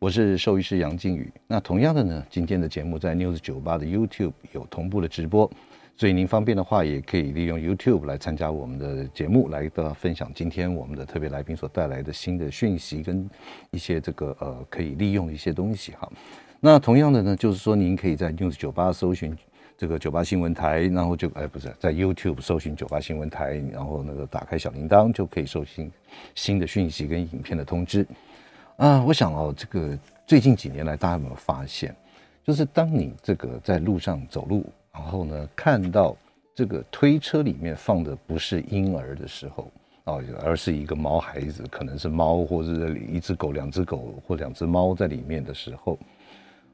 我是兽医师杨靖宇。那同样的呢，今天的节目在 News 九八的 YouTube 有同步的直播，所以您方便的话，也可以利用 YouTube 来参加我们的节目，来的分享今天我们的特别来宾所带来的新的讯息跟一些这个呃可以利用的一些东西哈。那同样的呢，就是说您可以在 News 九八搜寻。这个九八新闻台，然后就哎不是在 YouTube 搜寻九八新闻台，然后那个打开小铃铛就可以收听新的讯息跟影片的通知。啊，我想哦，这个最近几年来，大家有没有发现，就是当你这个在路上走路，然后呢看到这个推车里面放的不是婴儿的时候，哦，而是一个毛孩子，可能是猫或者是一只狗、两只狗或两只猫在里面的时候，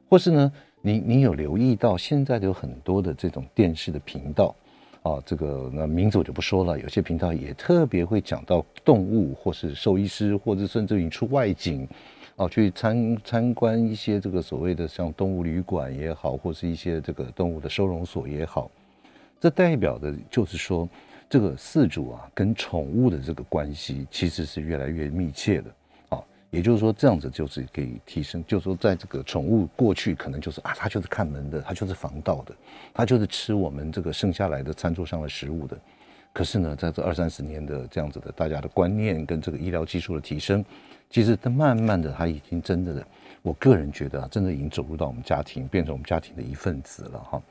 或是呢，你你有留意到现在有很多的这种电视的频道。啊，这个那名字我就不说了，有些频道也特别会讲到动物，或是兽医师，或者甚至于出外景，哦、啊，去参参观一些这个所谓的像动物旅馆也好，或是一些这个动物的收容所也好，这代表的就是说，这个饲主啊跟宠物的这个关系其实是越来越密切的。也就是说，这样子就是可以提升，就是说，在这个宠物过去可能就是啊，它就是看门的，它就是防盗的，它就是吃我们这个剩下来的餐桌上的食物的。可是呢，在这二三十年的这样子的大家的观念跟这个医疗技术的提升，其实它慢慢的，它已经真的，我个人觉得啊，真的已经走入到我们家庭，变成我们家庭的一份子了哈。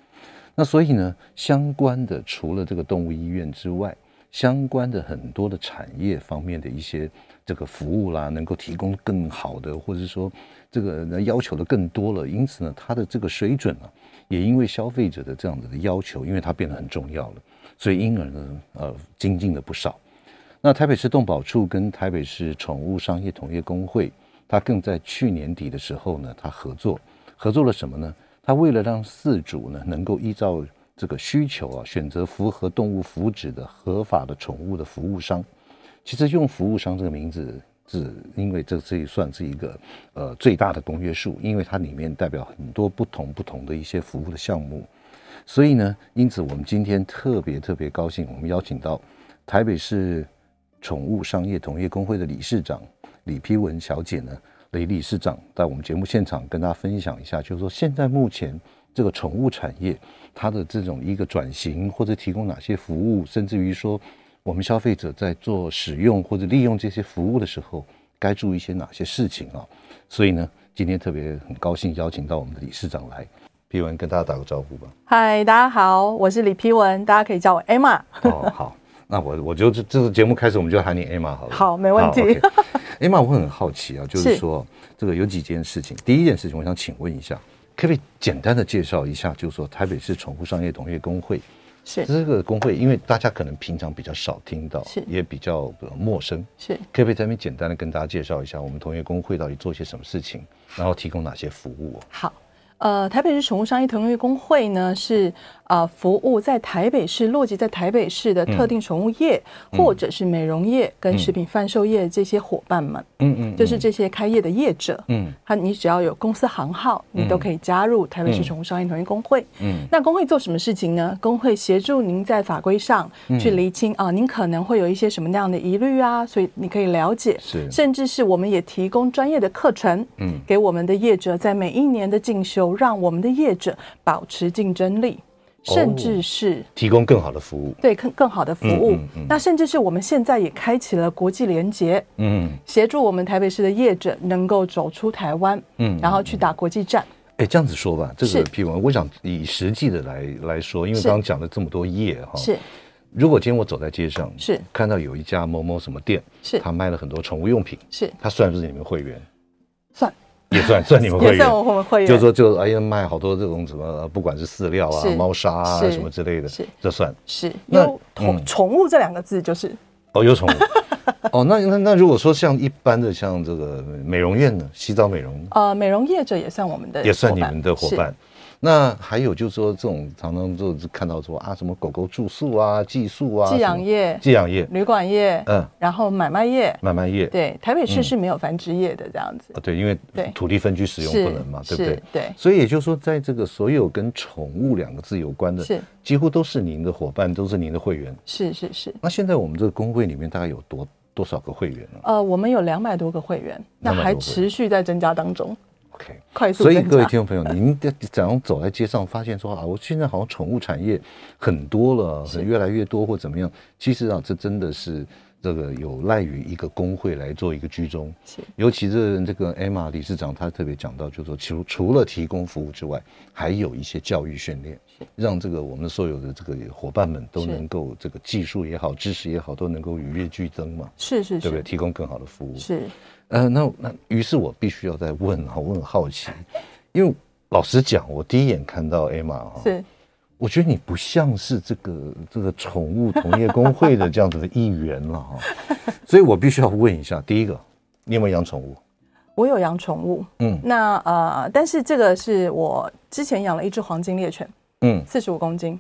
那所以呢，相关的除了这个动物医院之外，相关的很多的产业方面的一些。这个服务啦，能够提供更好的，或者说这个呃要求的更多了，因此呢，它的这个水准啊，也因为消费者的这样子的要求，因为它变得很重要了，所以因而呢，呃，精进了不少。那台北市动保处跟台北市宠物商业同业工会，它更在去年底的时候呢，它合作，合作了什么呢？它为了让饲主呢能够依照这个需求啊，选择符合动物福祉的合法的宠物的服务商。其实用服务商这个名字，是因为这这也算是一个呃最大的公约数，因为它里面代表很多不同不同的一些服务的项目，所以呢，因此我们今天特别特别高兴，我们邀请到台北市宠物商业同业工会的理事长李批文小姐呢，雷理事长在我们节目现场跟大家分享一下，就是说现在目前这个宠物产业它的这种一个转型，或者提供哪些服务，甚至于说。我们消费者在做使用或者利用这些服务的时候，该注意些哪些事情啊？所以呢，今天特别很高兴邀请到我们的理事长来，皮文跟大家打个招呼吧。嗨，大家好，我是李批文，大家可以叫我 Emma。哦，好，那我我就这这个节目开始，我们就喊你 Emma 好了。好，没问题。 Okay、Emma，我会很好奇啊，就是说这个有几件事情。第一件事情，我想请问一下，可不可以简单的介绍一下，就是说台北市宠物商业同业工会。是这个工会，因为大家可能平常比较少听到，是也比较呃陌生，是可不可以在那边简单的跟大家介绍一下我们同业工会到底做些什么事情，然后提供哪些服务、哦？好，呃，台北市宠物商业同业工会呢是呃服务在台北市落籍在台北市的特定宠物业、嗯、或者是美容业跟食品贩售业这些伙伴们，嗯嗯，就是这些开业的业者，嗯，他你只要有公司行号，你都可以加入台北市宠物商业同业工会，嗯，那工会做什么事情呢？工会协助您在法规上嗯去厘清啊、呃，您可能会有一些什么那样的疑虑啊，所以你可以了解，是甚至是我们也提供专业的课程，嗯，给我们的业者在每一年的进修，让我们的业者保持竞争力，哦甚至是提供更好的服务，对更更好的服嗯务、嗯嗯那甚至是我们现在也开启了国际联结，嗯协助我们台北市的业者能够走出台湾，嗯然后去打国际战。哎，这样子说吧，这是个批文，我想以实际的来来说，因为是刚刚讲了这么多页哈，是如果今天我走在街上，是看到有一家某某什么店，是他卖了很多宠物用品，是，他算不是你们会员？算也算算你们会员， 也算我们会员，就说就哎呀卖好多这种什么，呃不管是饲料啊、是猫砂啊是什么之类的是，这算是，因那为宠嗯宠物这两个字就是哦 有宠物。哦，那那那如果说像一般的像这个美容院呢，洗澡美容呃，美容业者也算我们的也算你伙伴们的伙，伴。啊那还有就是说，这种常常就是看到说啊，什么狗狗住宿啊、寄宿啊、寄养业什么、寄嗯养业，旅馆业，嗯，然后买卖业，买卖业，对，台北市嗯是没有繁殖业的这样子啊，对，因为对土地分区使用是不能嘛，对不对是？对所以也就是说，在这个所有跟宠物两个字有关的，是几乎都是您的伙伴，都是您的会员。是是是。那现在我们这个工会里面大概有多多少个会员呢呃，我们有两百多个会员，那200多还个持续在增加当中， ？OK，快速所以增加。各位听众朋友，您的假如走在街上发现说啊，我现在好像宠物产业很多了，是很越来越多或怎么样，其实啊，这真的是这个有赖于一个工会来做一个居中。是尤其是这个 Emma 理事长，他特别讲到，就是说除除了提供服务之外，还有一些教育训练，让这个我们所有的这个伙伴们都是能够这个技术也好、知识也好，都能够与日俱增嘛，是是对不对？是提供更好的服务。是呃，那那于是我必须要再问啊，我很好奇，因为老实讲，我第一眼看到 Emma 啊，是，我觉得你不像是这个这个宠物同业工会的这样子的一员了 哈，所以我必须要问一下，第一个，你有没有养宠物？我有养宠物，嗯那呃，但是这个是我之前养了一只黄金猎犬，嗯，四十五公斤，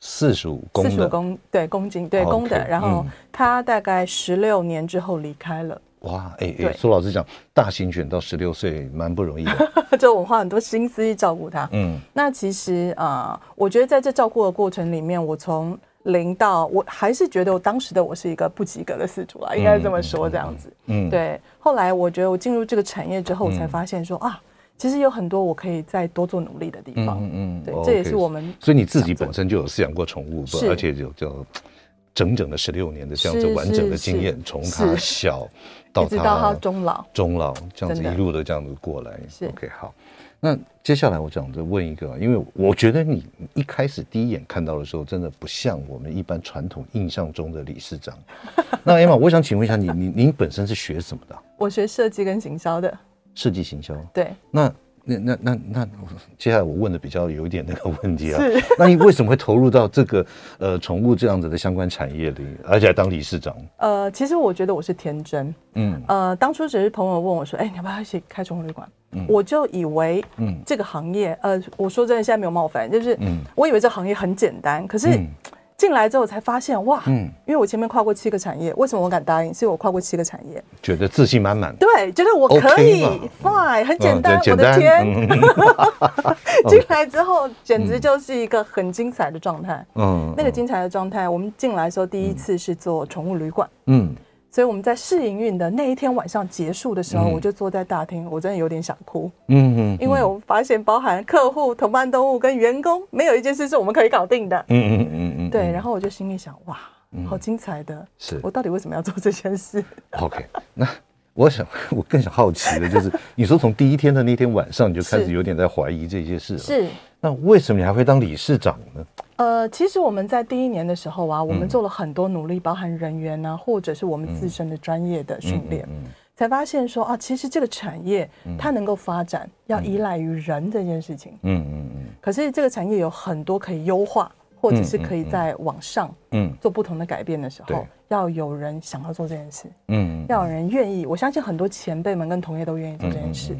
四十五公四的，十五公对公斤对 OK，公的，然后嗯它大概十六年之后离开了， 哇，哎、哎，对说老实讲，大型犬到十六岁蛮不容易 的，就我花很多心思去照顾它。嗯那其实啊、呃我觉得在这照顾的过程里面，我从零到我还是觉得我当时的我是一个不及格的饲主啊，应该这么说这样子。嗯，，对，后来我觉得我进入这个产业之后，我才发现说、啊，其实有很多我可以再多做努力的地嗯方。嗯嗯，对 OK 这也是我们所以你自己本身就有饲养过宠物，不是而且有叫整整的十六年的这样子是完整的是经验，是从它是小到一直到它终老终老这样子真的一路的这样子过来。是 OK，好。那接下来我想再问一个，因为我觉得你一开始第一眼看到的时候，真的不像我们一般传统印象中的理事 长。那 Emma，我想请问一下你，你您本身是学什么的啊？我学设计跟行销的，设计行销。对，那那那那那，接下来我问的比较有一点那个问题啊是，那你为什么会投入到这个呃宠物这样子的相关产业里，而且还当理事长？呃，其实我觉得我是天真，嗯呃，当初只是朋友问我说，哎、你要不要一起开宠物旅馆？我就以为嗯这个行业，呃，我说真的，现在没有冒犯，就是嗯我以为这行业很简单，可是嗯进来之后才发现，哇，嗯因为我前面跨过七个产业，为什么我敢答应？是因为我跨过七个产业，觉得自信满满。对，觉得我可 OK 以嘛 fine，很简嗯单，对我的天，简单，嗯进来之后简直就是一个很精彩的状态。嗯 那个精彩的状态，我们进来的时候第一次是做宠物旅馆，嗯所以我们在试营运的那一天晚上结束的时候，嗯我就坐在大厅，我真的有点想哭，嗯嗯，因为我发现包含客户、同伴动物跟员工，没有一件事是我们可以搞定的。嗯嗯嗯嗯，对，嗯然后我就心里想，哇，好精彩的，是我到底为什么要做这件事？ OK，那。我想， 我更想好奇的就是，你说从第一天的那天晚上，你就开始是有点在怀疑这些事了。，那为什么你还会当理事长呢？ 呃，其实我们在第一年的时候啊，我们做了很多努力，包含人员啊，或者是我们自身的专业的训练，才发现说啊，其实这个产业它能够发展，要依赖于人这件事情。嗯嗯嗯可是这个产业有很多可以优化，或者是可以在往上嗯做不同的改变的时候，对要有人想要做这件事，嗯嗯，要有人愿意。我相信很多前辈们跟同业都愿意做这件嗯事。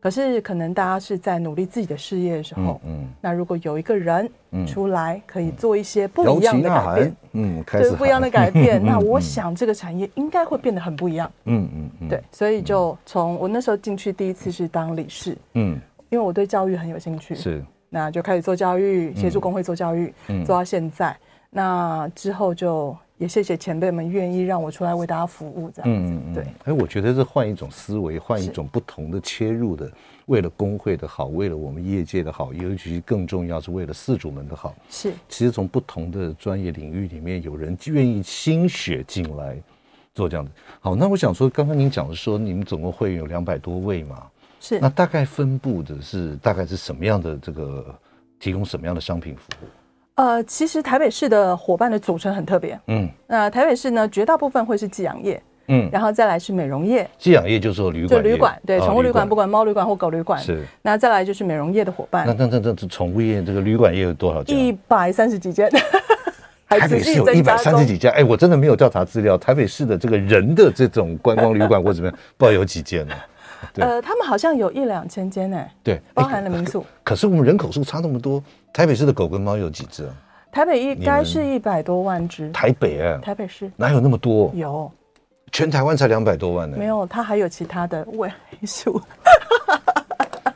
可是可能大家是在努力自己的事业的时候，嗯那如果有一个人出来，可以做一些不摇一旗样的呐改喊变，，嗯，开对始不一样的喊，改变，那我想这个产业应该会变得很不一样。嗯嗯嗯，对，所以就从我那时候进去第一次是当理事，嗯，因为我对教育很有兴趣，是，嗯那就开始做教育，协助工会做教育，做到现在。那之后就也谢谢前辈们愿意让我出来为大家服务，这样子。嗯嗯，对，哎，我觉得是换一种思维，换一种不同的切入的，为了工会的好，为了我们业界的好，尤其更重要是为了饲主们的好。是其实从不同的专业领域里面，有人愿意心血进来做这样子。好，那我想说，刚刚您讲的说，你们总共会员有两百多位嘛？是那。大概分布的是大概是什么样的这个提供什么样的商品服务？呃，其实台北市的伙伴的组成很特别。嗯那、台北市呢，绝大部分会是寄养业，嗯，然后再来是美容业，寄养业就是说旅就馆业，旅馆，对，啊宠物旅馆，不管猫旅馆或狗旅馆。是。那再来就是美容业的伙那伴，那那那这宠物业这个旅馆业有多少家？一百三十几间， 台北市有一百三十几家，哎，我真 的没有调查资料。台北市的这个人的这种观光旅馆或怎么样，不知道有几间呢？对呃，他们好像有一两千间呢，对，包哎含了民宿。可 是我们人口数差那么多，台北市的狗跟猫有几只啊？台北应该是你一百多万只，台北哎、嗯台北市哪有那么多？有全台湾才两百多万呢、没有？它还有其他的未黑数，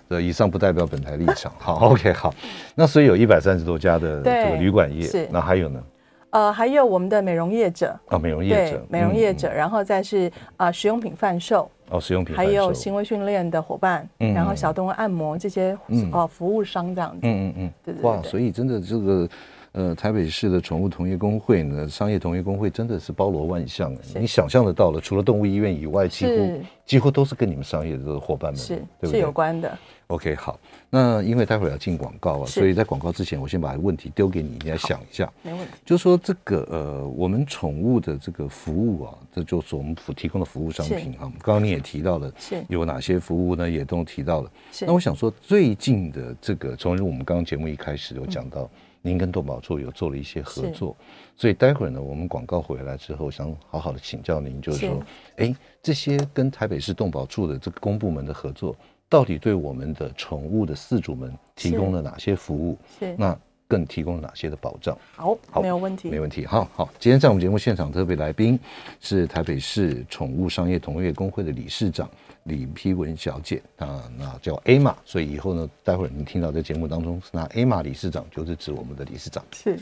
呃，以上不代表本台立 场。好，OK，好。那所以有一百三十多家的对这个旅馆业是，那还有呢？ 呃，还有我们的美容业者，啊，美容业对者，美容业嗯者，然后再是啊食用品贩售，哦，使用品还贩有售行为训练的伙伴，嗯然后小动物按摩这些嗯哦服务商这样子，嗯嗯对对对哇，对所以真的这个。呃，台北市的宠物同业工会呢，商业同业工会真的是包罗万象，啊是你想象得到了，除了动物医院以外，几乎是几乎都是跟你们商业的伙伴们，是对不是对有关的。 ？OK，好，那因为待会儿要进广告啊，是所以在广告之前，我先把问题丢给你，你来想一下。没问题。就说这个呃，我们宠物的这个服务啊，这就是我们所提供的服务商品啊。刚刚你也提到了，是有哪些服务呢？也都提到了。是那我想说，最近的这个，从我们刚刚节目一开始有讲到，您跟动保处有做了一些合作，所以待会儿呢，我们广告回来之后，想好好的请教您，就是说，哎，这些跟台北市动保处的这个公部门的合作，到底对我们的宠物的饲主们提供了哪些服务？是那更提供了哪些的保障？好，好没有问题。没问题。好好，今天在我们节目现场特别来宾是台北市宠物商业同业工会的理事长李批文小姐啊，那叫 A 玛，所以以后呢，待会儿您听到这节目当中，那 A 玛理事长就是指我们的理事长。是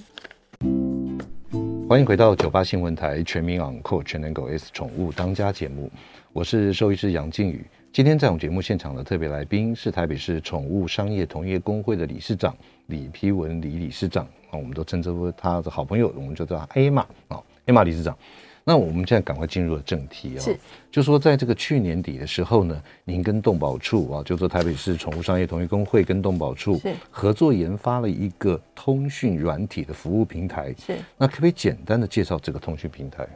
欢迎回到九八新闻台《全民昂扣全能狗 S 宠物当家》节目，我是兽医师杨靖宇。今天在我们节目现场的特别来宾是台北市宠物商业同业工会的理事长李批文李理事长啊，我们都称之为他的好朋友，我们就叫他 A 玛啊，A 玛理事长。那我们现在赶快进入了正题啊、是就说在这个去年底的时候呢，您跟动保处啊，就说台北市宠物商业同业工会跟动保处是合作研发了一个通讯软体的服务平台，是。那可不可以简单的介绍这个通讯平台？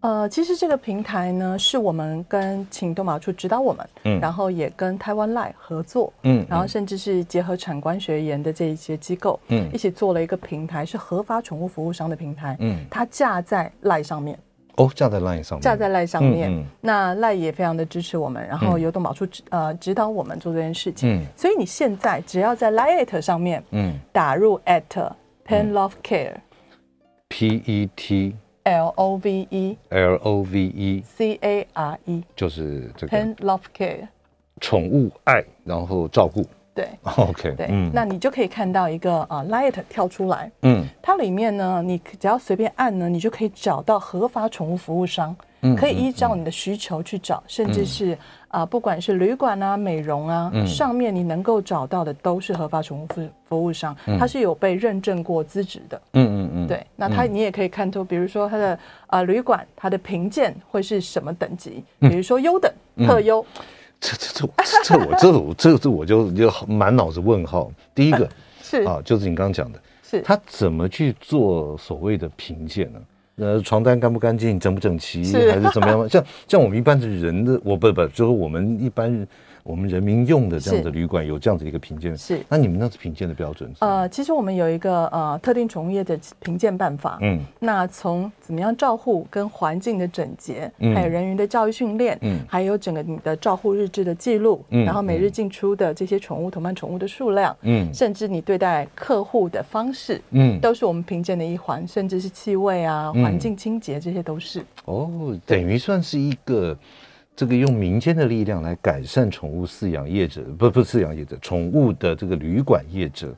呃，其实这个平台呢，是我们跟请动保处指导我们，嗯然后也跟台湾赖合作，嗯然后甚至是结合产官学研的这一些机构，嗯一起做了一个平台，是合法宠物服务商的平台，嗯，它架在赖上面，哦，架在 LINE 上面，架在赖上面，嗯嗯那赖也非常的支持我们，然后嗯由动保处指呃指导我们做这件事情，嗯所以你现在只要在 Lite 上面嗯打入 at pen love care、 ，P E T L O V E L O V E C A R E 就是这个 pen love care。宠物爱，然后照顾。对 OK，对，嗯那你就可以看到一个啊、呃 Light 跳出来，嗯它里面呢，你只要随便按呢，你就可以找到合法宠物服务商，嗯可以依照你的需求去找，甚至是啊、不管是旅馆啊、美容啊，嗯上面你能够找到的都是合法宠物服服务商，它是有被认证过资质的。嗯嗯嗯，对，那它你也可以看出，比如说它的啊、呃旅馆，它的评鉴会是什么等级，嗯比如说优等、特优，这这这这我这我这这我就就满脑子问号。第一个 是啊，就是你刚刚讲的，是他怎么去做所谓的评鉴呢？呃，床单干不干净，整不整齐，是还是怎么 样吗？像像我们一般的人的，我不不，就是我们一般我们人民用的这样的是旅馆有这样子一个评鉴，是那你们那是评鉴的标准是？呃，其实我们有一个呃特定宠物业的评鉴办法，嗯那从怎么样照护跟环境的整洁，嗯还有人员的教育训练，嗯还有整个你的照护日志的记录，嗯然后每日进出的这些宠物同伴宠物的数量，嗯甚至你对待客户的方式，嗯，都是我们评鉴的一环，甚至是气味啊、嗯环境清洁，这些都是哦，等于算是一个这个用民间的力量来改善宠物饲养业者，不不是饲养业者，宠物的这个旅馆业者，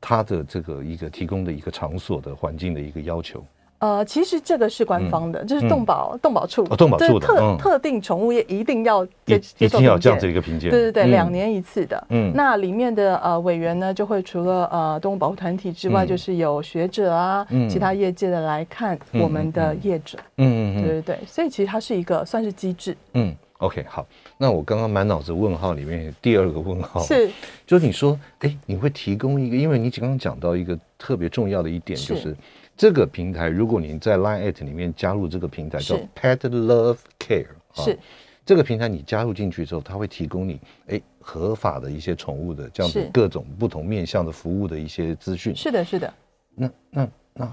他的这个一个提供的一个场所的环境的一个要求。呃，其实这个是官方的，这是动保、动保处，嗯哦动保这是处的特、嗯特定宠物业一定要一接接一受定要有评这样鉴子一个评鉴，对对对，嗯两年一次的。嗯嗯，那里面的呃委员呢，就会除了呃动物保护团体之嗯外，就是有学者啊，嗯其他业界的来看嗯我们的业者，嗯嗯对嗯对对，所以其实它是一个算是机制，嗯，OK，好。那我刚刚满脑子问号里面第二个问号，是就是你说，哎，你会提供一个，因为你刚刚讲到一个特别重要的一点，是就是这个平台，如果你在 Line at 里面加入这个平台叫是 Pet Love Care，啊是这个平台你加入进去之后，它会提供你哎合法的一些宠物的这样子是各种不同面向的服务的一些资讯。是的是的，那那那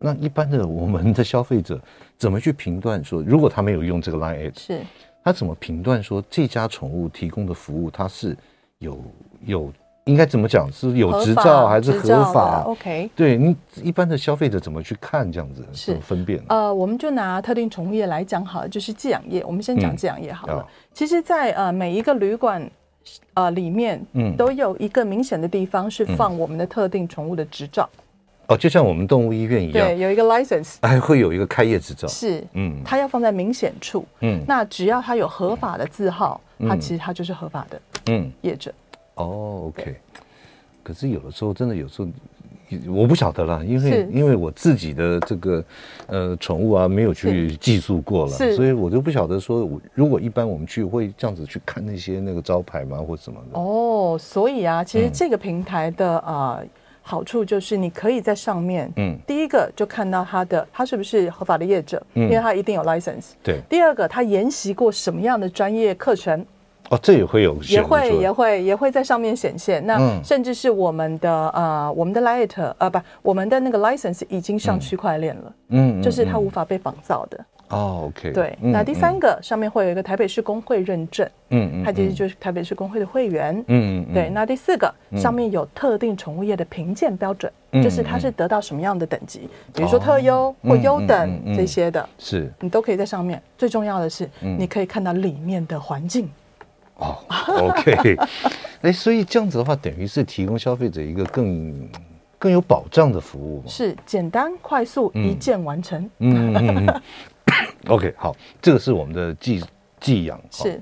那一般的我们的消费者怎么去评断说，如果他没有用这个 Line App，是他怎么评断说这家宠物提供的服务它是有有应该怎么讲是有执照还是执照合的法？ ？OK，对你一般的消费者怎么去看这样子，是怎么分辨呢？呃，我们就拿特定宠物业来讲好了，就是寄养业，我们先讲嗯寄养业好了。啊其实在，呃每一个旅馆呃里面，嗯都有一个明显的地方是放我们的特定宠物的执照，哦，就像我们动物医院一样对，，有一个 license 还会有一个开业执照。是，嗯它要放在明显处。嗯那只要它有合法的字号，它嗯其实它就是合法的嗯，业者。哦，OK 对。可是有的时候真的有时候，我不晓得啦，因为是因为我自己的这个呃宠物啊没有去寄宿过了，是所以我就不晓得说，我如果一般我们去会这样子去看那些那个招牌吗，或什么的？哦，所以啊，其实嗯这个平台的呃好处就是你可以在上面，嗯，第一个就看到它的它是不是合法的业者，嗯因为它一定有 license。对，第二个，它研习过什么样的专业课程，哦，这也会有也显露出来会也会也会在上面显现。那嗯甚至是我们的呃我们的 light 呃不我们的那个 license 已经上区块链了，嗯，嗯就是它嗯无法被仿造的。哦，OK，对，嗯那第三嗯个上面会有一个台北市工会认证，嗯嗯，它其实嗯就是台北市工会的会员。嗯嗯嗯对，那第四个上面有特定宠物业的评鉴标准，嗯就是它是得到什么样的等级，比如说特优嗯或优嗯等嗯嗯这些的，是你都可以在上面。最重要的是，嗯你可以看到里面的环境。哦，OK，哎， 所以这样子的话，等于是提供消费者一个更更有保障的服务嘛？是简单、快速、嗯一键完成。嗯嗯嗯 嗯，OK，好，这个是我们的寄寄养。好是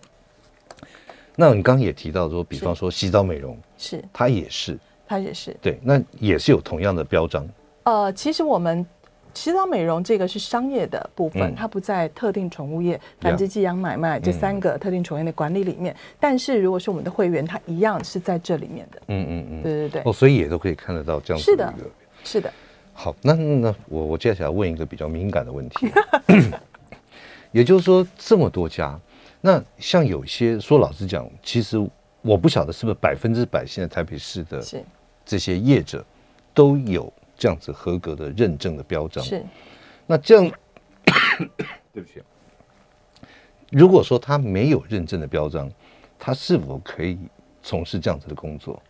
那你刚刚也提到说，比是方说洗澡美容，是，它也是它也是。对，那也是有同样的标章。呃，其实我们洗澡美容这个是商业的部分，嗯它不在特定宠物业、繁殖、寄养、买卖这嗯三个特定宠物业的管理里面。但是如果是我们的会员，它一样是在这里面的。嗯嗯嗯，对对对哦，，所以也都可以看得到这样子是的的一个。是的，好，那那我我接下来问一个比较敏感的问题，啊 也就是说这么多家，那像有些说老实讲，其实我不晓得是不是百分之百现在台北市的是这些业者都有这样子合格的认证的标章。是那这样，对不起，啊如果说他没有认证的标章，他是否可以从事这样子的工作？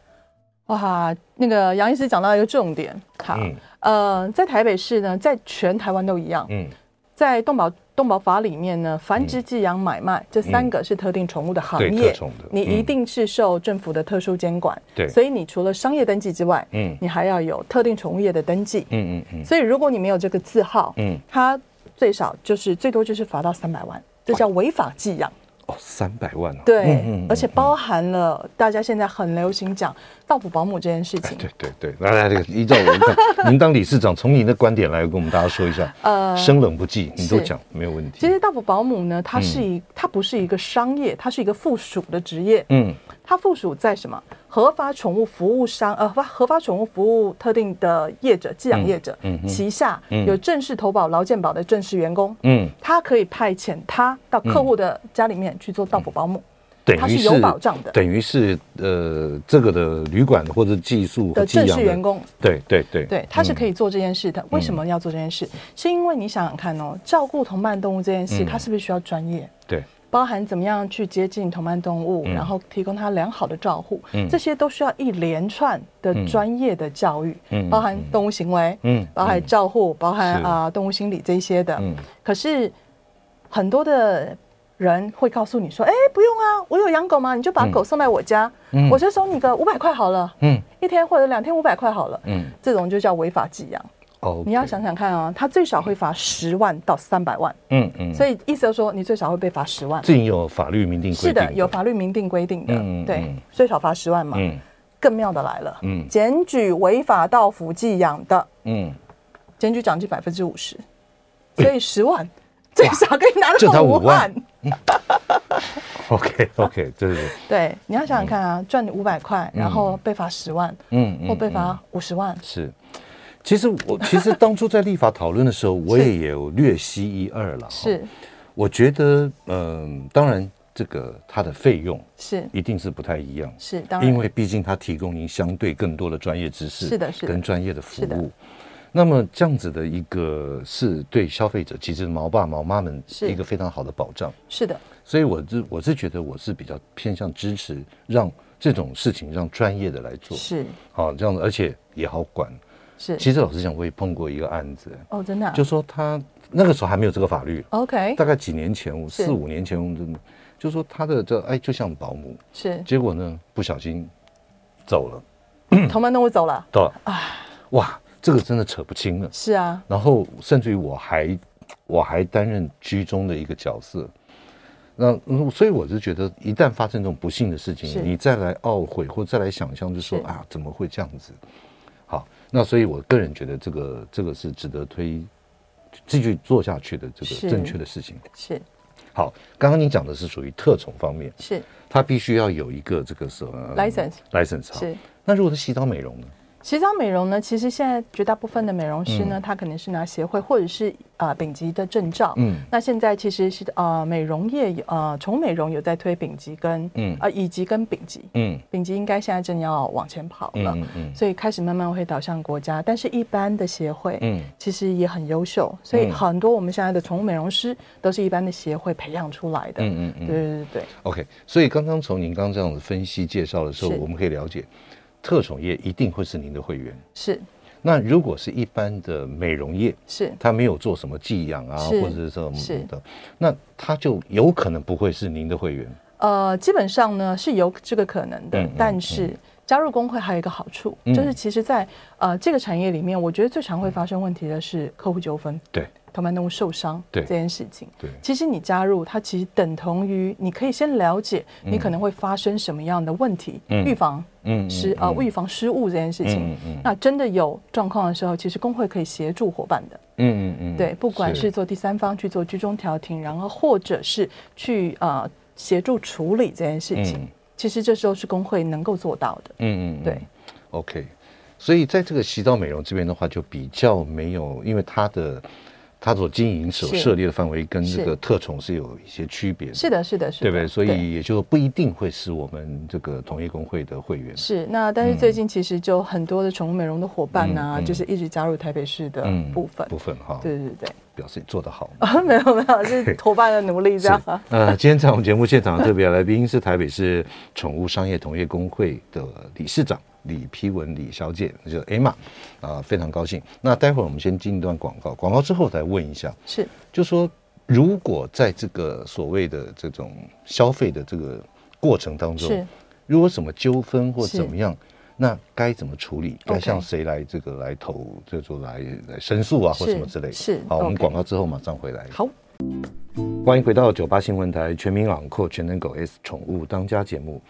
哇，那个杨医师讲到一个重点，好，嗯呃，在台北市呢，在全台湾都一样，嗯，在动保动保法里面呢，繁殖、寄养、买卖这三个是特定宠物的行嗯对业，特宠的你一嗯定是受政府的特殊监管，对所以你除了商业登记之外，嗯你还要有特定宠物业的登记，嗯嗯嗯所以如果你没有这个字号，嗯，它最少就是最多就是罚到三百万，这叫违法寄养。哦，三百万哦，对，嗯嗯嗯而且包含了大家现在很流行讲到府保姆这件事情。对对对，来来来，依照我们当您当理事长，从您的观点来跟我们大家说一下，呃生冷不忌，你都是讲没有问题。其实，到府保姆呢，它是一，它不是一个商业，它是一个附属的职业。嗯它附属在什么？合法宠物服务商，呃，合法合法宠物服务特定的业者、寄养业者，嗯嗯哼旗下嗯有正式投保劳健保的正式员工，嗯，他可以派遣他到客户的家里面去做到府保姆。嗯等它于是有保障的等于是呃，这个的旅馆或者技术的寄正养式员，工，对对对，嗯对，他是可以，以做这件事的。为什么要做这件事？是因为你想想看哦，照顾同伴动物这件嗯事，它是不是需要专业？对，包含怎么样去接近同伴动物，嗯然后提供它良好的照护，嗯这些都需要一连串的嗯专业的教育，嗯包含动物行为，嗯包含照护，包含是啊、动物心理这些的。嗯可是很多的人会告诉你说：“哎，不用啊，我有养狗嘛，你就把狗送来我家，嗯我就收你个五百块好了，嗯一天或者两天五百块好了。”嗯，这种就叫违法寄养。哦，你要想，想看啊，他最少会罚十万到三百万，嗯嗯，所以以意思就是说你最少会被罚十万。这已经有法律明定规定，是的，有，法律明定规定的，嗯嗯对嗯，最少罚十万嘛。嗯更妙的来了，嗯检举违法到府寄养的，嗯，检举奖金百分之五十，所以十万最少可以拿这才到5五万万。 OK OK，对对对，对，你要想想看啊，赚你五百块，然后被罚十万，嗯嗯，或被嗯罚五十万，是。其实我其实当初在立法讨论的 时候，我也有略悉一二了。是，我觉得，嗯、当然这个它的费用是一定是不太一样，是，当然，因为毕竟它提供您相对更多的专业知识，是的是的跟专业的服是的务。那么这样子的一个是对消费者，其实毛爸毛妈们是一个非常好的保障。是的，所以我是我是觉得我是比较偏向支持让这种事情让专业的来做，是好这样子，而且也好管。是嗯其实老实讲，我也碰过一个案子，哦，真的啊、就说他那个时候还没有这个法律， OK，大概几年前，我是四五年前，我们真的就说他的这哎就像保姆，是结果呢不小心走了，嗯同门那我走了，到啊，哇，这个真的扯不清了。是啊，然后甚至于我还我还担任居中的一个角色。那嗯所以我是觉得，一旦发生这种不幸的事是情，你再来懊悔或再来想象，就说是啊，怎么会这样子？好，那所以我个人觉得，这个这个是值得推继续做下去的这是个正确的事情。是好，刚刚你讲的是属于特种方面，是它必须要有一个这个什么 License license 嗯好。是。那如果是洗澡美容呢？洗澡美容呢，其实现在绝大部分的美容师呢，他可能是拿协会或者是啊、呃丙级的证照。嗯那现在其实是呃美容业有呃宠美容有在推丙级跟嗯啊乙级跟丙级，嗯丙级应该现在正要往前跑了，嗯嗯所以开始慢慢会导向国家。但是一般的协会，嗯其实也很优秀，所以嗯很多我们现在的宠物美容师都是一般的协会培养出来的。嗯嗯嗯对对对对， OK，所以刚刚从您刚刚这样子分析介绍的时候，是我们可以了解，特种业一定会是您的会员。是那如果是一般的美容业，是他没有做什么寄养啊，是或者是什是么的，那他就有可能不会是您的会员。呃，基本上呢是有这个可能的，嗯嗯但是。加入工会还有一个好处，嗯就是其实在，呃这个产业里面，我觉得最常会发生问题的是客户纠纷、对同伴动物受伤对这件事情。对，其实你加入它，其实等同于你可以先了解你可能会发生什么样的问题，嗯预防嗯失嗯呃嗯预防失误这件事情。嗯嗯嗯那真的有状况的时候，其实工会可以协助伙伴的，嗯嗯嗯，对，不管是做第三方去做居中调停，然后或者是去呃协助处理这件事情，嗯其实这时候是工会能够做到的。嗯嗯嗯对， OK，所以在这个洗澡美容这边的话，就比较没有，因为它的它所经营、所是涉猎的范围跟这是个特宠是有一些区别的，是的，是的，是的，对不对？所以也就不一定会是我们这个同业工会的会员。是，那但是最近其实就很多的宠物美容的伙伴呢、嗯嗯嗯就是一直加入台北市的部分。嗯部分哈，对对对， 表示做得好。没有没有，是伙伴的努力这样。啊呃，今天在我们节目现场的特别来宾是台北市宠物商业同业工会的理事长李批文李小姐，就是 Emma 啊、非常高兴。那待会儿我们先进一段广告，广告之后再问一下，是就说如果在这个所谓的这种消费的这个过程当是中，如果什么纠纷或是怎么样，那该怎么处理？ OK 该向谁来这个来投，这就来来申诉啊，或是什么之类的。是好，我们 OK 广告之后马上回来。好，欢迎回到九八新闻台全民昂扣全能狗 S 宠物当家节目，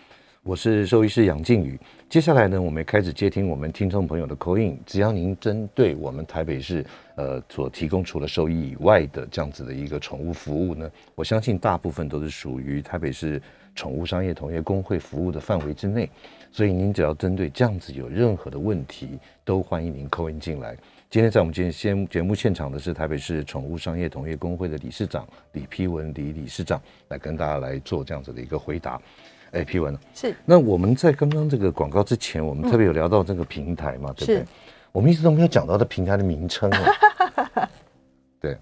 我是兽医师杨靖宇。接下来呢，我们开始接听我们听众朋友的 call in。只要您针对我们台北市呃所提供除了兽医以外的这样子的一个宠物服务呢，我相信大部分都是属于台北市宠物商业同业工会服务的范围之内。所以您只要针对这样子有任何的问题，都欢迎您扣音进来。今天在我们今天先节目现场的是台北市宠物商业同业工会的理事长李批文李理事长来跟大家来做这样子的一个回答。哎，批文，是那我们在刚刚这个广告之前，我们特别有聊到这个平台嘛，对不对是？我们一直都没有讲到这平台的名称啊。对，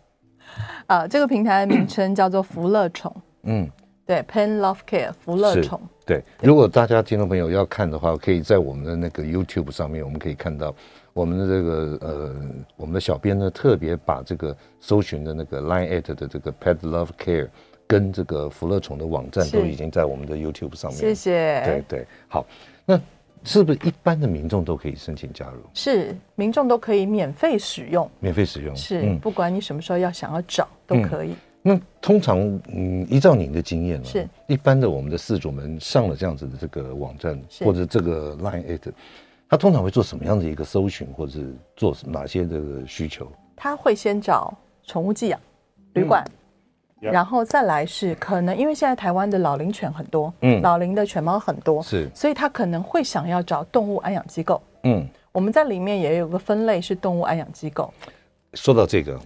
啊，这个平台的名称叫做福乐宠，嗯，对，Pen Love Care 福乐是宠，对，如果大家听众朋友要看的话，可以在我们的那个 YouTube 上面，我们可以看到我们的这个呃，我们的小编呢特别把这个搜寻的那个 Line at 的这个 Pet Love Care 跟这个福乐宠的网站是都已经在我们的 YouTube 上面。谢。谢。对对，好，那是不是一般的民众都可以申请加入，是民众都可以免费使用，免费使用？嗯是、不管你什么时候要想要找都可以。那通常，嗯，依照您的经验呢、是一般的我们的饲主们上了这样子的这个网站是或者这个 Line at，他通常会做什么样的一个搜寻，或者是做哪些这个需求？他会先找宠物寄养嗯旅馆。然后再来是可能，因为现在台湾的老龄犬很多，嗯老龄的犬猫很多，是所以他可能会想要找动物安养机构。嗯，我们在里面也有个分类是动物安养机构，说到 这个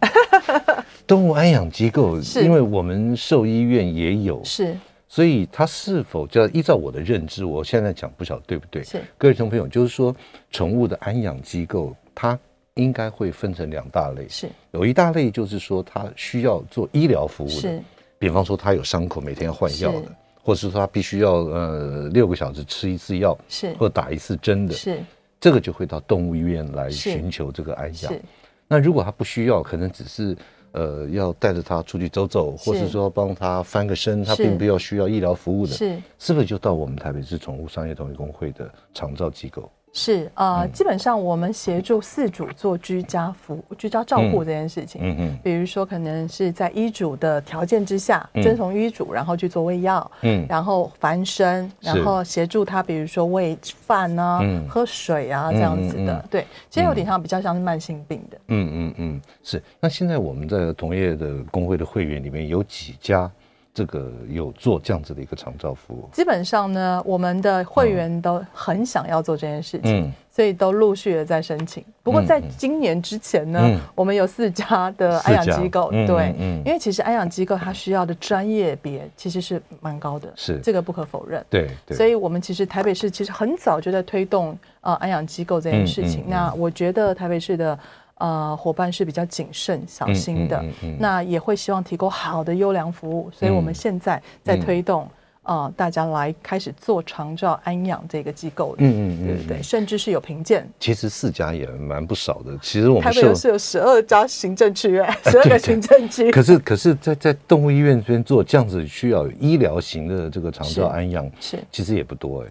动物安养机构，是因为我们兽医院也有，是所以它是否就依照我的认知，我现在讲不晓得对不对？是各位听众朋友，就是说宠物的安养机构，它应该会分成两大类，是有一大类就是说他需要做医疗服务的是，比方说他有伤口每天要换药是的，或者是说他必须要呃六个小时吃一次药是或打一次针的，是这个就会到动物医院来是寻求这个安养。是那如果他不需要，可能只是呃要带着他出去走走，或是说帮他翻个身，他是并不要需要医疗服务的，是是不是就到我们台北市宠物商业同业工会的长照机构？是嗯呃，基本上我们协助饲主做居家服务、居家照顾这件事情。嗯嗯比如说，可能是在医嘱的条件之下，嗯遵从医嘱，然后去做喂药，嗯然后翻身，然后协助他，比如说喂饭啊、嗯喝水啊这样子的。嗯嗯对，其实有点像比较像是慢性病的。嗯嗯嗯，是。那现在我们在同业的工会的会员里面有几家这个有做这样子的一个长照服务？基本上呢，我们的会员都很想要做这件事情，嗯所以都陆续的在申请。不过嗯在今年之前呢，嗯我们有四家的四安家养机构，嗯对，嗯嗯因为其实安养机构它需要的专业别其实是蛮高的，是这个不可否认。对对，所以，我们其实台北市其实很早就在推动呃安养机构这件事情。嗯嗯嗯那我觉得台北市的呃伙伴是比较谨慎小心的，嗯嗯嗯嗯那也会希望提供好的优良服务。所以我们现在在推动、嗯呃大家来开始做长照安养这个机构的，嗯嗯嗯对对对，甚至是有评鉴。其实四家也蛮不少的。其实我台们北受有是有十二家行政区耶，十二个行政区。可是，可是在在动物医院这边做这样子需要有医疗型的这个长是照安养，是，其实也不多哎、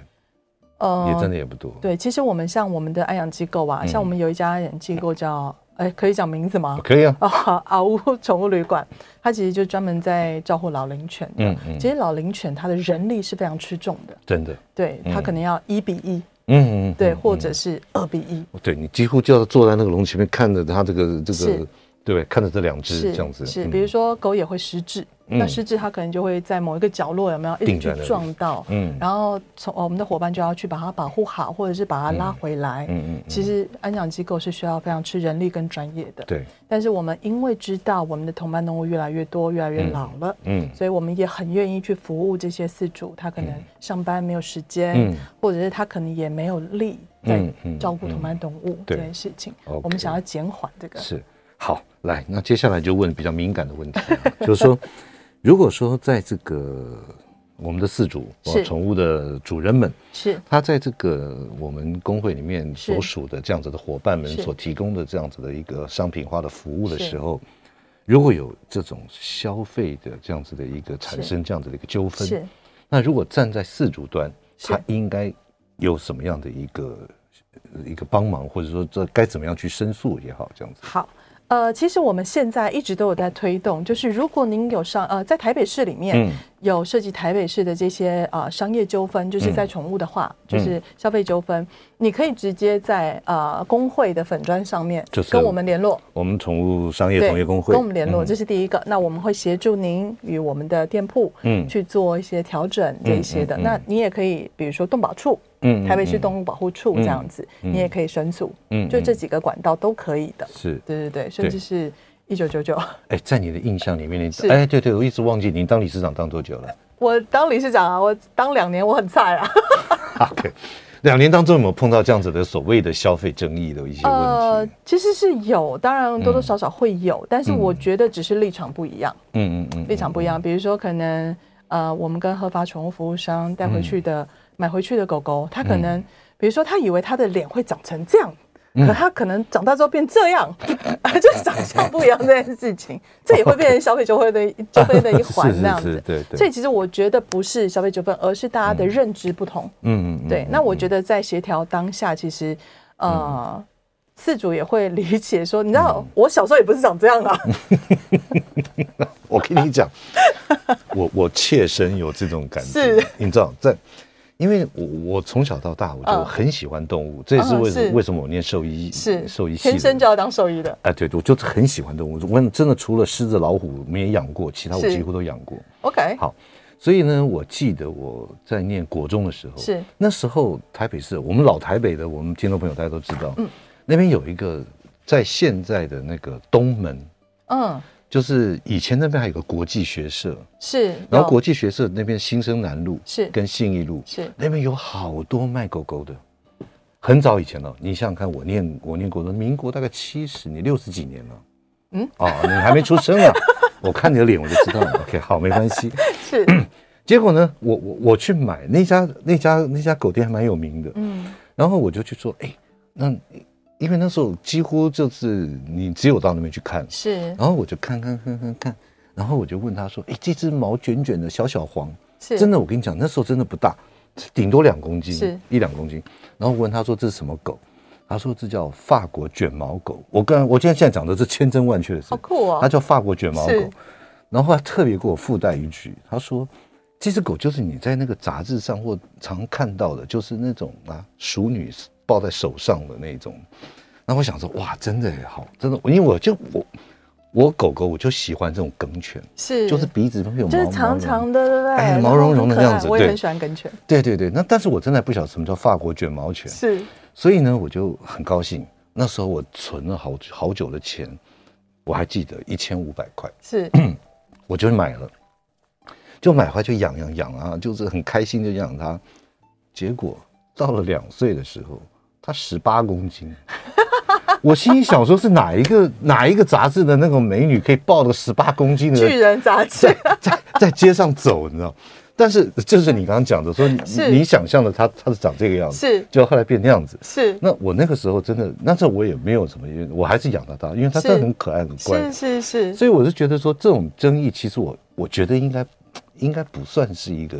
呃也真的也嗯不多。，对，其实我们像我们的安养机构啊，像我们有一家安养机构叫，嗯哎，可以讲名字吗？ 可以啊。啊、嗷呜宠物旅馆，它其实就专门在照顾老龄犬的。嗯嗯其实老龄犬它的人力是非常吃重的，真的，对，它可能要一比一、嗯嗯，对，嗯或者是二比一，对你几乎就要坐在那个笼前面，看着它这个这个是，对，看着这两只是这样子，是，嗯比如说狗也会失智，那嗯失智它可能就会在某一个角落有没有一直定在那去里撞到，嗯然后从哦我们的伙伴就要去把它保护好，或者是把它拉回来。嗯嗯嗯其实安养机构是需要非常吃人力跟专业的，对，但是我们因为知道我们的同伴动物越来越多，越来越老了，嗯所以我们也很愿意去服务这些饲主，他可能上班没有时间，嗯或者是他可能也没有力在嗯嗯照顾同伴动物对这件事情。 OK 我们想要减缓这个，是好。来，那接下来就问比较敏感的问题啊， 就是说，如果说在这个我们的饲主、哦是宠物的主人们，是他在这个我们工会里面所是属的这样子的伙伴们是所提供的这样子的一个商品化的服务的时候，如果有这种消费的这样子的一个产生这样子的一个纠是纷，那如果站在事主端，是他应该有什么样的一个呃一个帮忙，或者说这该怎么样去申诉也好，这样子。好。呃，其实我们现在一直都有在推动，就是如果您有上呃，在台北市里面、嗯有涉及台北市的这些呃商业纠纷，就是嗯在宠物的话，就是消费纠纷，你可以直接在呃工会的粉砖上面就是跟我们联络，我们宠物商业对，同业工会跟我们联络，嗯这是第一个。那我们会协助您与我们的店铺，嗯嗯，去做一些调整这一些的。嗯嗯嗯那你也可以，比如说动保处，嗯嗯台北市动物保护处这样子，你也可以申诉，嗯嗯嗯，就这几个管道都可以的。是对对对，甚至是一九九九。 哎，在你的印象里面，你是哎，对对，我一直忘记您当理事长当多久了。我当理事长啊，我当两年，我很菜啊。 OK，两年当中有没有碰到这样子的所谓的消费争议的一些问题？，呃嗯其实是有，当然多多少少会有，但是我觉得只是立场不一样。嗯嗯嗯，立场不一样。比如说，可能呃，我们跟合法宠物服务商带回嗯去的、买回去的狗狗，它可能、比如说，它以为它的脸会长成这样。嗯可它可能长大之后变这样， 就是长相不一样这件事情，这也会变成消费纠纷的纠纷的一 环是是那样是子。对对嗯所以其实我觉得不是消费纠纷，而是大家的认知不同。嗯嗯嗯，嗯对，那我觉得在协调当下，其实呃，饲主也会理解说，你知道我小时候也不是长这 样啊，我跟你讲， 我我切身有这种感觉是，你知道，在因为我我从小到大我就嗯很喜欢动物，这也是为什么是为什么我念兽医 是兽医系的天生就要当兽医的。哎，对，我就是很喜欢动物，我真的除了狮子、老虎没养过，其他我是几乎都养过。 OK，好，所以呢，我记得我在念国中的时候，是那时候台北市，我们老台北的，我们听众朋友大家都知道，嗯那边有一个在现在的那个东门，嗯，就是以前那边还有个国际学社，是。哦然后有国际学社那边新生南路是跟信义路是那边有好多卖狗狗的，很早以前了。你想想看，我念我念国中，民国大概七十年、六十几年了。嗯，哦，你还没出 生啊？我看你的脸我就知道了。OK，好，没关系。是，结果呢，我我我去买那家那家那家狗店还蛮有名的，嗯，然后我就去说，哎，那因为那时候几乎就是你只有到那边去看，是然后我就看看看看看，然后我就问他说，哎，这只毛卷卷的小小黄，是，真的，我跟你讲，那时候真的不大，顶多两公是斤，一两公斤。然后我问他说这是什么狗，他说这叫法国卷毛狗。我跟我今天现在讲的是千真万确的事好，酷哦，它叫法国卷毛是狗。然后他特别给我附带一句，他说这只狗就是你在那个杂志上或常看到的，就是那种啊熟女抱在手上的那种。那我想说，哇，真的耶好，真的，因为我就我我狗狗我就喜欢这种梗犬，是就是鼻子会有毛就是毛长茸长的，对不对？哎然后毛茸茸的很可爱这样子我也对很喜欢梗犬，对对对，那但是我真的不晓得什么叫法国卷毛犬，是所以呢，我就很高兴。那时候我存了好好久的钱，我还记得一千五百块，是我就买了，就买回来就养养养啊，就是很开心就养它。结果到了两岁的时候，它十八公斤，我心里想说，是哪一个哪一个杂志的那种美女可以抱个十八公斤的巨人杂 志在，在在街上走，你知道？但是就是你刚刚讲的，说你是你想象的它它是长这个样子，是就后来变那样子。是那我那个时候真的，那时候我也没有什么，因为我还是养它大，因为它真的是很可爱很乖是，是是，所以我是觉得说这种争议，其实我我觉得应该应该不算是一个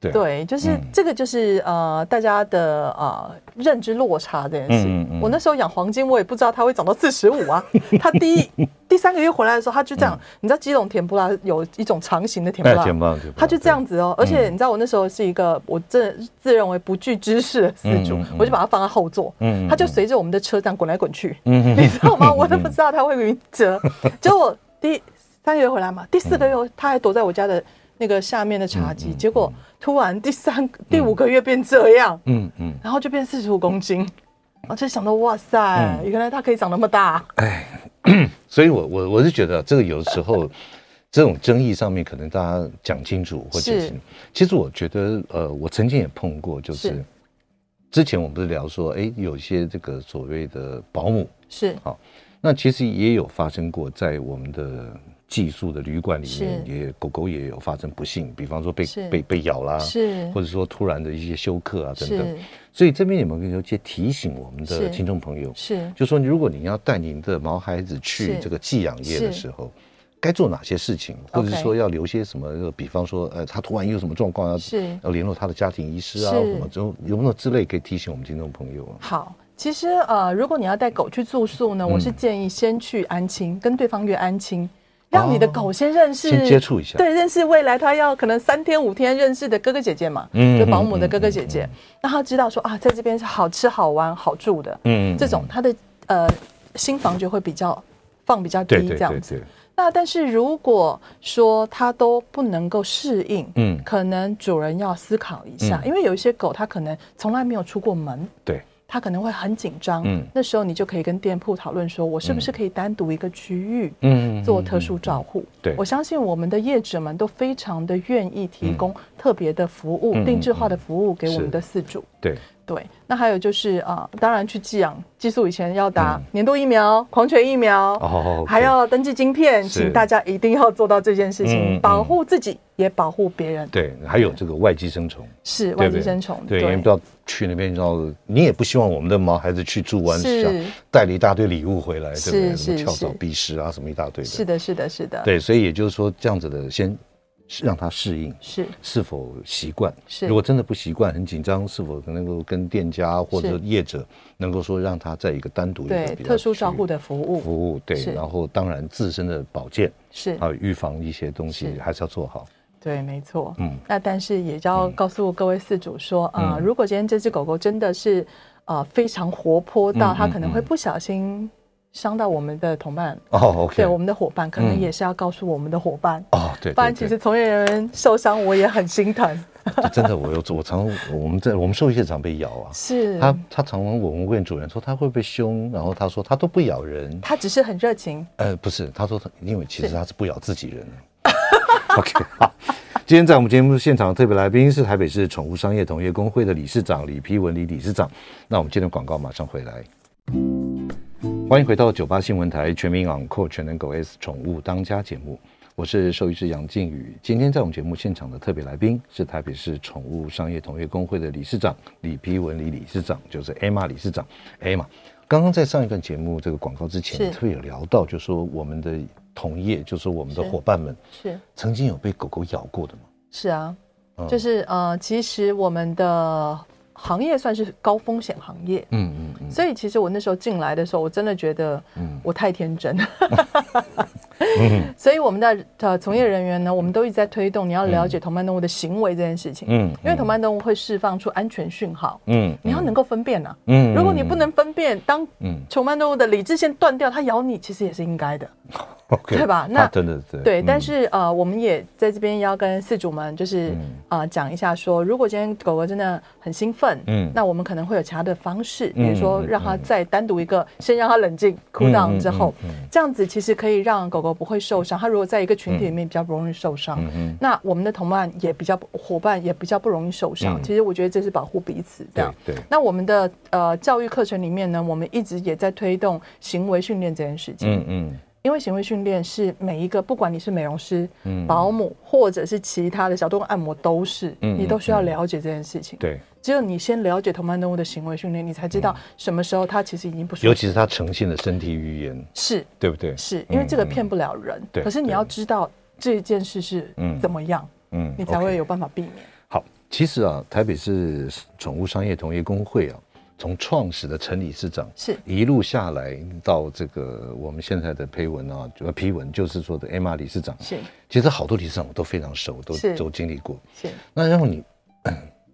对啊对，就是嗯这个就是呃大家的呃认知落差这件事嗯嗯嗯情。我那时候养黄金，我也不知道它会长到四十 五啊。它第一第三个月回来的时候，它就这样，你知道基隆甜不辣有一种长形的嗯甜哎不辣，甜不嗯辣甜不辣它就这样子哦。而且你知道我那时候是一个我自自认为不具知识的饲主嗯嗯嗯，我就把它放在后座嗯嗯，它就随着我们的车这样滚来滚去。嗯 你知道吗？我都不知道他会晕折。结果第三个月回来嘛，第四个嗯月他还躲在我家的那个下面的茶几，结果突然第三、第五个月变这样，嗯嗯，然后就变四十五公斤。我就想到，哇塞，嗯原来它可以长那么大，所以我我我是觉得这个有的时候这种争议上面，可能大家讲清楚或解是释。其实我觉得，呃，我曾经也碰过，就是是之前我们不是聊说，哎，有一些这个所谓的保姆，是那其实也有发生过，在我们的寄宿的旅馆里面，是也狗狗也有发生不幸，比方说被是被被咬啦，是啊或者说突然的一些休克啊等等是。所以这边有没有一些提醒我们的是听众朋友，是就说如果你要带您的毛孩子去是这个寄养业的是时候，该做哪些事情，或 OK 者是说要留些什么？呃比方说，呃，他突然有什么状况要是要联络他的家庭医师啊，是或什么之后有没有之类可以提醒我们听众朋友啊？好。其实呃，如果你要带狗去住宿嗯呢，我是建议先去安亲，跟对方约安亲，让你的哦狗先认识，先接触一下，对，认识未来他要可能三天五天认识的哥哥姐姐嘛，嗯就保姆的哥哥姐姐，让他知道说啊，在这边是好吃好玩好住的，嗯，嗯这种他的呃心房就会比较放比较低对对这对样子。对，那但是如果说他都不能够适应，嗯可能主人要思考一下，嗯因为有一些狗它可能从来没有出过门，对，它可能会很紧张，嗯那时候你就可以跟店铺讨论说，我是不是可以单独一个区域，嗯做特殊照护。对我相信我们的业者们都非常的愿意提供特别的服务、嗯嗯嗯嗯定制化的服务给我们的饲主。对，对，那还有就是啊、呃当然去寄养寄宿以前要打年度疫苗、狂犬疫苗，嗯哦，还要登记晶片，是请大家一定要做到这件事嗯情，嗯保护自己也保护别人。，对，还有这个外寄生虫，是对外不对寄生虫，对，因为不要去那边，你知道，你也不希望我们的毛孩子去住完是想带了一大堆礼物回来，对不对？什么是是跳蚤、是蜱虱啊，什么一大堆的。是的，是的，是的，对，所以也就是说，这样子的先让他适应，是是否习惯？是如果真的不习惯，很紧张，是否能够跟店家或者是业者能够说让他在一个单独一个对比较特殊照护的的服务服务，对，是然后当然自身的保健是啊，预防一些东西是还是要做好。对，没错。嗯嗯，那但是也要告诉各位饲主说，啊、如果今天这只狗狗真的是呃非常活泼嗯到它嗯可能会不小心伤到我们的同伴，哦，OK，对我们的伙伴，可能嗯也是要告诉我们的伙伴。哦，对，不然，对其对实从业人员受伤，我也很心疼。真的，我有我常我们在我们兽医现场被咬啊，是，他它他常常我们问主人说他会不会凶，然后他说他都不咬人，它只是很热情，呃，不是，他说他因为其实是他是不咬自己人的。OK，好，今天在我们节目现场的特别来宾是台北市宠物商业同业工会的理事长李批文李理事长。那我们接着广告，马上回来。欢迎回到九八新闻台《全民养狗全能狗 S 宠物当家》节目，我是兽医师杨靖宇。今天在我们节目现场的特别来宾是台北市宠物商业同业工会的理事长李批文李理事长，就是 Emma 理事长 Emma。刚刚在上一段节目这个广告之前，是特别有聊到，就说我们的同业，就是我们的是伙伴们，是曾经有被狗狗咬过的吗？是啊，嗯就是呃，其实我们的行业算是高风险行业，嗯嗯嗯，所以其实我那时候进来的时候，我真的觉得嗯我太天真。 所以我们的呃从业人员呢，我们都一直在推动你要了解同伴动物的行为这件事情，嗯因为同伴动物会释放出安全讯号，嗯，你要能够分辨呐、啊嗯，嗯如果你不，能分辨，当嗯同伴动物的理智线断掉，它咬你其实也是应该的。 ，OK，对吧那啊真的对，对，嗯但是呃，我们也在这边要跟饲主们嗯就是啊讲、一下说，如果今天狗狗真的很兴奋，嗯嗯，那我们可能会有其他的方式，比嗯如说嗯让它再单独一个，先让它冷静 cool down 之后，嗯嗯嗯这样子其实可以让狗狗不会受伤。它如果在一个群体里面比较不容易受伤，嗯那我们的同伴也比较不伙伴也比较不容易受伤。嗯其实我觉得这是保护彼此这样哼，。对对，那我们的呃教育课程里面呢，我们一直也在推动行为训练这件事情。嗯嗯因为行为训练是每一个，不管你是美容师、保姆，或者是其他的小动物按摩，都是、嗯你都需要嗯嗯了解这件事情。，对，嗯只有你先了解同伴动物的行为训练，你才知道什么时候它其实已经不舒服。尤其是它呈现的身体语言，是对不对？是因为这个骗不了人，嗯对可是你要知道这件事是嗯怎么样，嗯你才 OK 会有办法避免。好，其实啊，台北市宠物商业同业工会啊，从创始的陈理事长是一路下来到这个我们现在的裴文啊，呃，批文就是说的 Emma 理事长，是其实好多理事长我都非常熟，都是都经历过。是那让你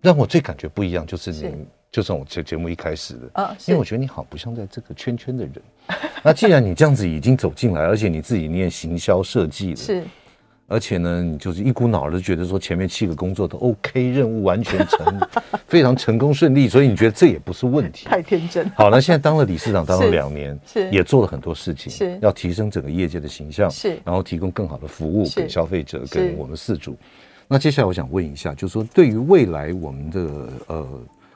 让我最感觉不一样，就是你是就像我节节目一开始的，啊，因为我是觉得你好不像在这个圈圈的人。 那既然你这样子已经走进来，而且你自己念行销设计了，是而且呢，你就是一股脑儿的觉得说前面七个工作都 OK，任务完全成， 非常成功顺利，所以你觉得这也不是问 题。太天真了。好，那现在当了理事长，当了是两年，是也做了很多事情，是要提升整个业界的形象，是然后提供更好的服务是给消费者，是给我们饲主。那接下来我想问一下，就是说对于未来我们的呃，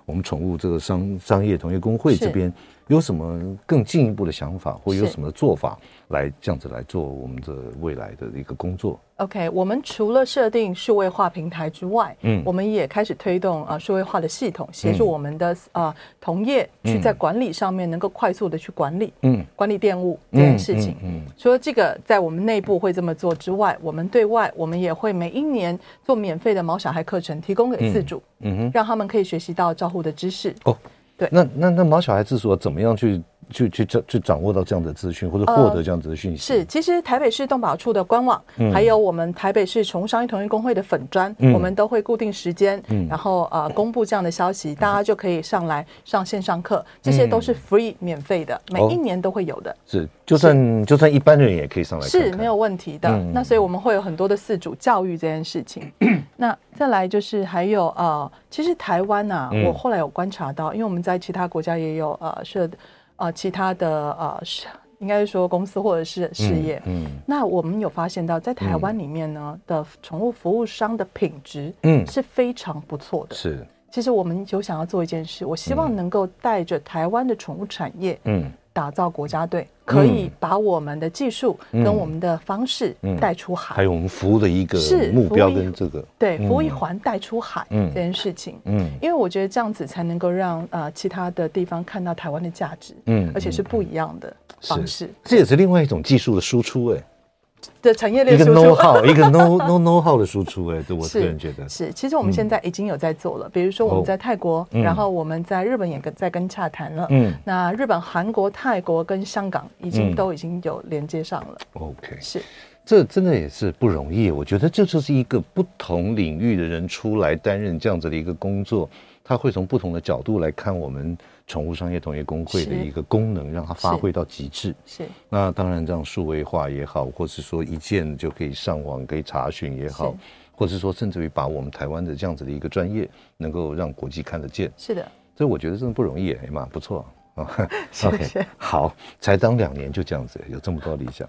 我们宠物这个商商业同业工会是这边有什么更进一步的想法，或有是什么做法来这样子来做我们的未来的一个工作？ OK，我们除了设定数位化平台之外，嗯嗯，我们也开始推动啊、呃、数位化的系统，协助我们的嗯啊、呃、同业去在管理上面能够快速的去管理、嗯，管理店务这件事情。嗯嗯嗯除了这个在我们内部会这么做之外，我们对外我们也会每一年做免费的毛小孩课程，提供给饲主，嗯哼，让他们可以学习到照护的知识。哦，对那那那毛小孩子说怎么样去去去掌去掌握到这样的资讯，或者获得呃这样子的讯息？是，，其实台北市动保处的官网，还有我们台北市从商业同业工会的粉砖，嗯我们都会固定时间，然后呃公布这样的消息，大家就可以上来上线上课，嗯这些都是 free 免费哦的，每一年都会有的。是，就算就算一般人也可以上来看看是没有问题的。嗯那所以我们会有很多的饲主教育这件事情。 那再来就是还有呃，其实台湾呐、嗯我后来有观察到，因为我们在其他国家也有呃设呃其他的呃是应该是说公司或者是事业，嗯那我们有发现到，在台湾里面呢、的宠物服务商的品质，嗯是非常不错的。是，其实我们有想要做一件事，我希望能够带着台湾的宠物产业，嗯打造国家队，可以把我们的技术跟嗯我们的方式带出海。还有我们服务的一个是目标服务一跟这个，对，嗯服务一环带出海嗯这件事情，嗯因为我觉得这样子才能够让呃其他的地方看到台湾的价值，嗯而且是不一样的方式这也是另外一种技术的输出，哎，的产业一链个输 know 出。 how，一个 know know know how 的输出，哎，这我个人觉得，嗯哦是，其实我们现在已经有在做了，比如说我们在泰国，然后我们在日本也跟在跟洽谈了。嗯那日本、韩国、泰国跟香港已经都已经有连接上了， ，OK，是这真的也是不容易。我觉得这就是一个不同领域的人出来担任这样子的一个工作，他会从不同的角度来看我们宠物商业同业工会的是一个功能，让它发是挥到极致。是那当然，这样数位化也好，或是说一键就可以上网可以查询也好是，或是说甚至于把我们台湾的这样子的一个专业，能够让国际看得见，是的，这我觉得真的不容易耶，哎妈，不错啊。谢 OK，谢好， 才当两年就这样子，有这么多理想。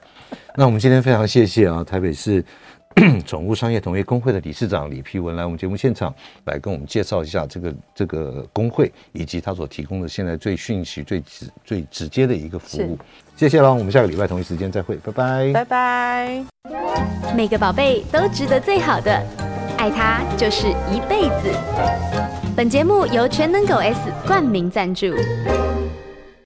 那我们今天非常谢谢啊，台北市 宠物商业同业工会的理事长李丕文来我们节目现场，来跟我们介绍一下这个这个工会以及他所提供的现在最讯息最直最直接的一个服务。谢谢了，我们下个礼拜同一时间再会，拜拜。拜拜。每个宝贝都值得最好的，爱它就是一辈子。本节目由全能狗 S 冠名赞助。